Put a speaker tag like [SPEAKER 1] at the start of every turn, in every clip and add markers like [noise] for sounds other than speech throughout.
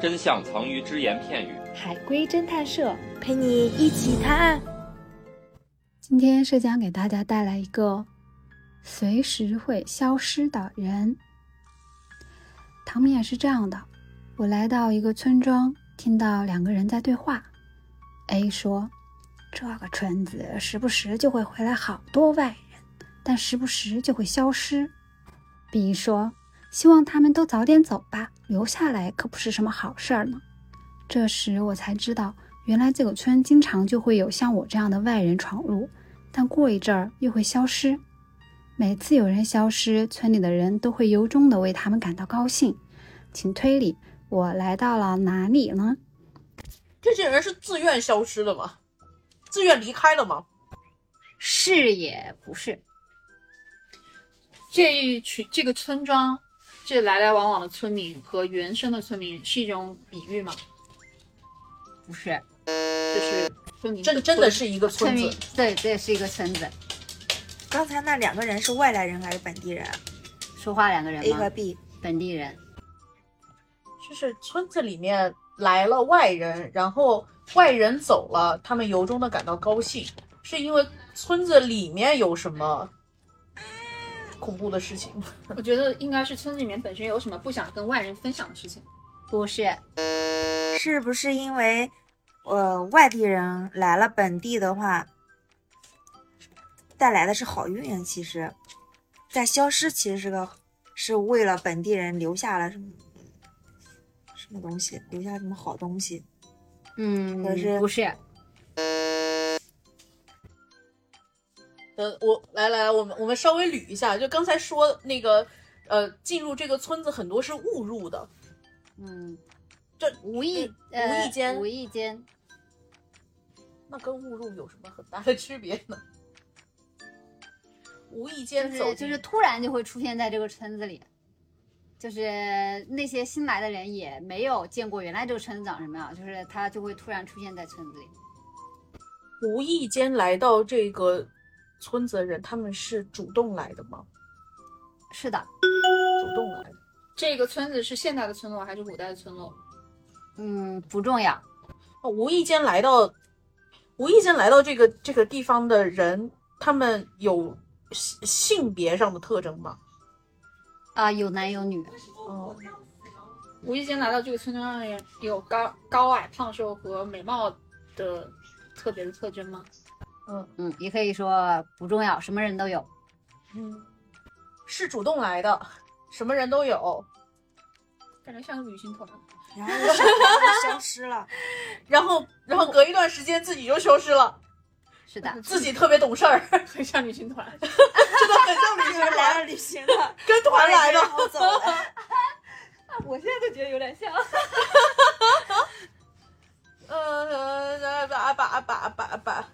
[SPEAKER 1] 真相藏于只言片语。
[SPEAKER 2] 海龟侦探社陪你一起探案。
[SPEAKER 3] 今天社长给大家带来一个随时会消失的人。汤面是这样的：我来到一个村庄，听到两个人在对话。A 说：“这个村子时不时就会回来好多外人，但时不时就会消失。”B 说：“希望他们都早点走吧，留下来可不是什么好事儿呢。”这时我才知道，原来这个村经常就会有像我这样的外人闯入，但过一阵儿又会消失。每次有人消失，村里的人都会由衷的为他们感到高兴。请推理，我来到了哪里呢？
[SPEAKER 4] 这些人是自愿消失了吗？自愿离开了吗？
[SPEAKER 5] 是也不是。这一群这个村庄，这来来往往的村民和原生的村民是一种比喻吗？不是，就是村民
[SPEAKER 4] 这真的是一个村
[SPEAKER 5] 民
[SPEAKER 4] 子，，
[SPEAKER 5] 对，这也是一个村子。
[SPEAKER 6] 刚才那两个人是外来人还是本地人啊
[SPEAKER 5] 说话两个人
[SPEAKER 7] 嗯
[SPEAKER 6] ？A 和
[SPEAKER 4] 哎
[SPEAKER 5] 吗？
[SPEAKER 6] B，
[SPEAKER 5] 本地人，
[SPEAKER 4] 就是村子里面来了外人，然后外人走了，他们由衷的感到高兴，是因为村子里面有什么恐怖的事情吗？
[SPEAKER 5] 我觉得应该是村子里面本身有什么不想跟外人分享的事情。不是，
[SPEAKER 6] 是不是因为呃外地人来了本地的话，带来的是好运？啊其实，在消失其实是个是为了本地人留下了什么什么东西，留下什么好东西？
[SPEAKER 5] 嗯
[SPEAKER 6] 可是
[SPEAKER 5] 不是，
[SPEAKER 4] [laughs] 呃，我来来，我们我们稍微捋一下，就刚才说那个，呃，进入这个村子很多是误入的，
[SPEAKER 5] 嗯，
[SPEAKER 4] 这
[SPEAKER 5] 无意
[SPEAKER 4] 呃无意间
[SPEAKER 5] 无意间
[SPEAKER 4] 那跟误入有什么很大的区别呢？无意
[SPEAKER 5] 就
[SPEAKER 4] 间走
[SPEAKER 5] 是
[SPEAKER 4] 进，
[SPEAKER 5] 就是突然就会出现在这个村子里，就是那些新来的人也没有见过原来这个村子长什么样，就是他就会突然出现在村子里。
[SPEAKER 4] 无意间来到这个村子的人，他们是主动来的吗？
[SPEAKER 5] 是的，
[SPEAKER 4] 主动来的，
[SPEAKER 7] 这个村子是现代的村落还是古代的村落？
[SPEAKER 5] 嗯，不重要，
[SPEAKER 4] 哦无意间来到，无意间来到这个这个地方的人，他们有性性别上的特征吗？
[SPEAKER 5] 啊、有男有女，
[SPEAKER 4] 哦，
[SPEAKER 7] 无意间来到这个村庄的人，有高高矮胖瘦和美貌的特别的特征吗？
[SPEAKER 5] 嗯，也可以说不重要，什么人都有，
[SPEAKER 4] 嗯，是主动来的，什么人都有。
[SPEAKER 7] 感觉像个旅行团。
[SPEAKER 6] 然后又消又消失了，
[SPEAKER 4] 然后，然后隔一段时间自己就消失了，
[SPEAKER 5] 哦是的，
[SPEAKER 4] 自己特别懂事
[SPEAKER 5] [laughs]
[SPEAKER 4] 儿，
[SPEAKER 7] [laughs]
[SPEAKER 4] [laughs]
[SPEAKER 7] 很像旅行团，
[SPEAKER 4] 真的很像旅
[SPEAKER 6] 你
[SPEAKER 4] 行
[SPEAKER 6] 们来
[SPEAKER 4] 团，
[SPEAKER 6] 了旅行 [laughs] 了，
[SPEAKER 4] 跟团来的
[SPEAKER 6] 然。后走了。
[SPEAKER 7] 我现在都觉得有点像。
[SPEAKER 4] 呃，把把把把把，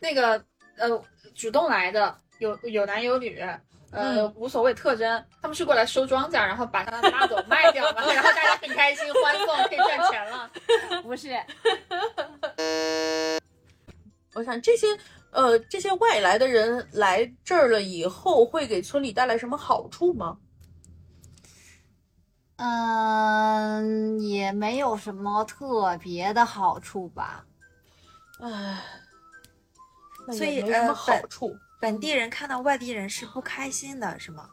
[SPEAKER 7] 那个呃，主动来的有有男有女，呃，
[SPEAKER 4] 嗯
[SPEAKER 7] 无所谓特征，他们是过来收庄稼，然后把它拉走卖掉嘛， [laughs] 然后大家很开心欢送，可以赚钱了。
[SPEAKER 5] 不是，
[SPEAKER 4] 我想这些呃这些外来的人来这儿了以后，会给村里带来什么好处吗？
[SPEAKER 5] 嗯，也没有什么特别的好处吧。
[SPEAKER 4] 唉，那
[SPEAKER 6] 所以
[SPEAKER 4] 也没什么
[SPEAKER 6] 呃
[SPEAKER 4] 好
[SPEAKER 6] 本
[SPEAKER 4] 处。
[SPEAKER 6] 本地人看到外地人是不开心的，是吗？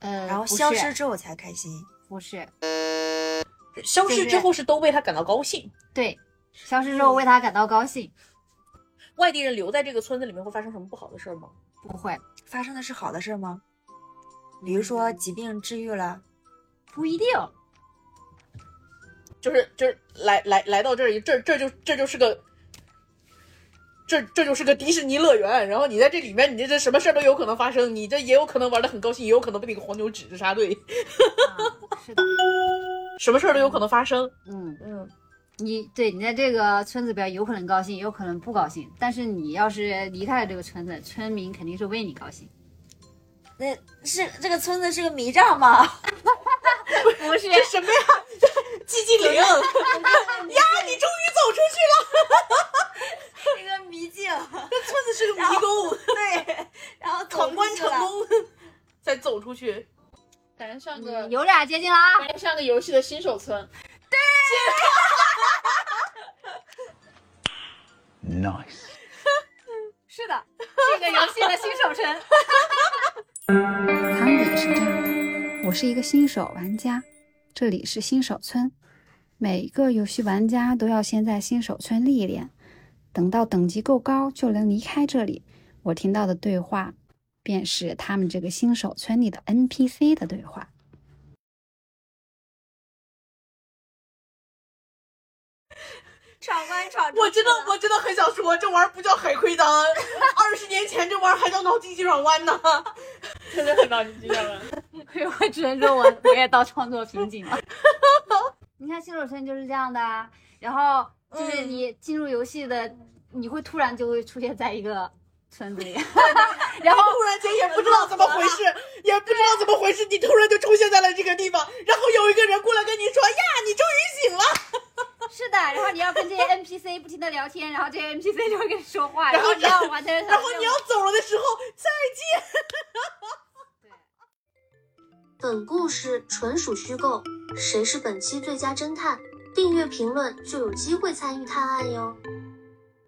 [SPEAKER 5] 呃，
[SPEAKER 6] 然后
[SPEAKER 5] 不
[SPEAKER 6] 消
[SPEAKER 5] 是
[SPEAKER 6] 失之后才开心。
[SPEAKER 5] 不是，
[SPEAKER 4] 消失
[SPEAKER 5] 就是
[SPEAKER 4] 之后是都为他感到高兴。
[SPEAKER 5] 对，消失之后为他感到高兴，
[SPEAKER 4] 外地人留在这个村子里面会发生什么不好的事儿吗？
[SPEAKER 5] 不会，
[SPEAKER 6] 发生的是好的事儿吗？比如说疾病治愈了，
[SPEAKER 5] 不一定，啊
[SPEAKER 4] 就是就是来来来到这里，这这就这就是个。这这就是个迪士尼乐园，然后你在这里面，你这这什么事儿都有可能发生，你这也有可能玩的很高兴，也有可能被那个黄牛指着杀队，
[SPEAKER 5] 啊、是的，
[SPEAKER 4] 什么事儿都有可能发生。
[SPEAKER 5] 嗯，
[SPEAKER 4] 嗯，
[SPEAKER 5] 你对你在这个村子边有可能高兴，也有可能不高兴，但是你要是离开了这个村子，村民肯定是为你高兴，
[SPEAKER 6] 那是这个村子是个迷障吗？
[SPEAKER 5] [laughs]
[SPEAKER 6] [laughs]
[SPEAKER 5] 不是，
[SPEAKER 4] 这什么呀？寂静岭呀！你终于走出去了，
[SPEAKER 6] 一个迷境，
[SPEAKER 4] 村子是个迷宫，
[SPEAKER 6] 对，然后
[SPEAKER 4] 闯关成功再走出去。
[SPEAKER 7] 感觉像个
[SPEAKER 5] 嗯有点接近了啊， [laughs]
[SPEAKER 7] 感觉像个游戏的新手村。
[SPEAKER 8] Nice.
[SPEAKER 5] 是的，这个游戏的新手村。
[SPEAKER 3] 堂底是这样的，我是一个新手玩家，这里是新手村，每个游戏玩家都要先在新手村历练，等到等级够高就能离开这里。我听到的对话，便是他们这个新手村里的 NPC 的对话。
[SPEAKER 6] 闯关闯出去
[SPEAKER 4] 我真的我真的很想说，这玩意儿不叫海龟汤，二十年前这玩意儿还叫脑筋急转弯呢。
[SPEAKER 9] 真的很到你这样了。
[SPEAKER 5] [laughs] 我只能说我我也到创作瓶颈了。 [laughs] 你看新手村就是这样的啊，然后就是
[SPEAKER 4] 嗯
[SPEAKER 5] 你进入游戏的，你会突然就会出现在一个
[SPEAKER 4] [laughs]
[SPEAKER 5] 村子里， [laughs] 然后
[SPEAKER 4] 突然间也不知道怎么回事，也不知道怎么回事，你突然就出现在了这个地方，然后有一个人过来跟你说呀，你终于醒了，
[SPEAKER 5] 是的，然后你要跟这些 NPC 不停的聊天，然后这些 NPC 就会跟你说话，
[SPEAKER 4] 然
[SPEAKER 5] 然
[SPEAKER 4] 后
[SPEAKER 5] 后你要完成
[SPEAKER 4] 然后你要走了的时候，再见。
[SPEAKER 10] 本故事纯属虚构，谁是本期最佳侦探？订阅评论就有机会参与探案哟。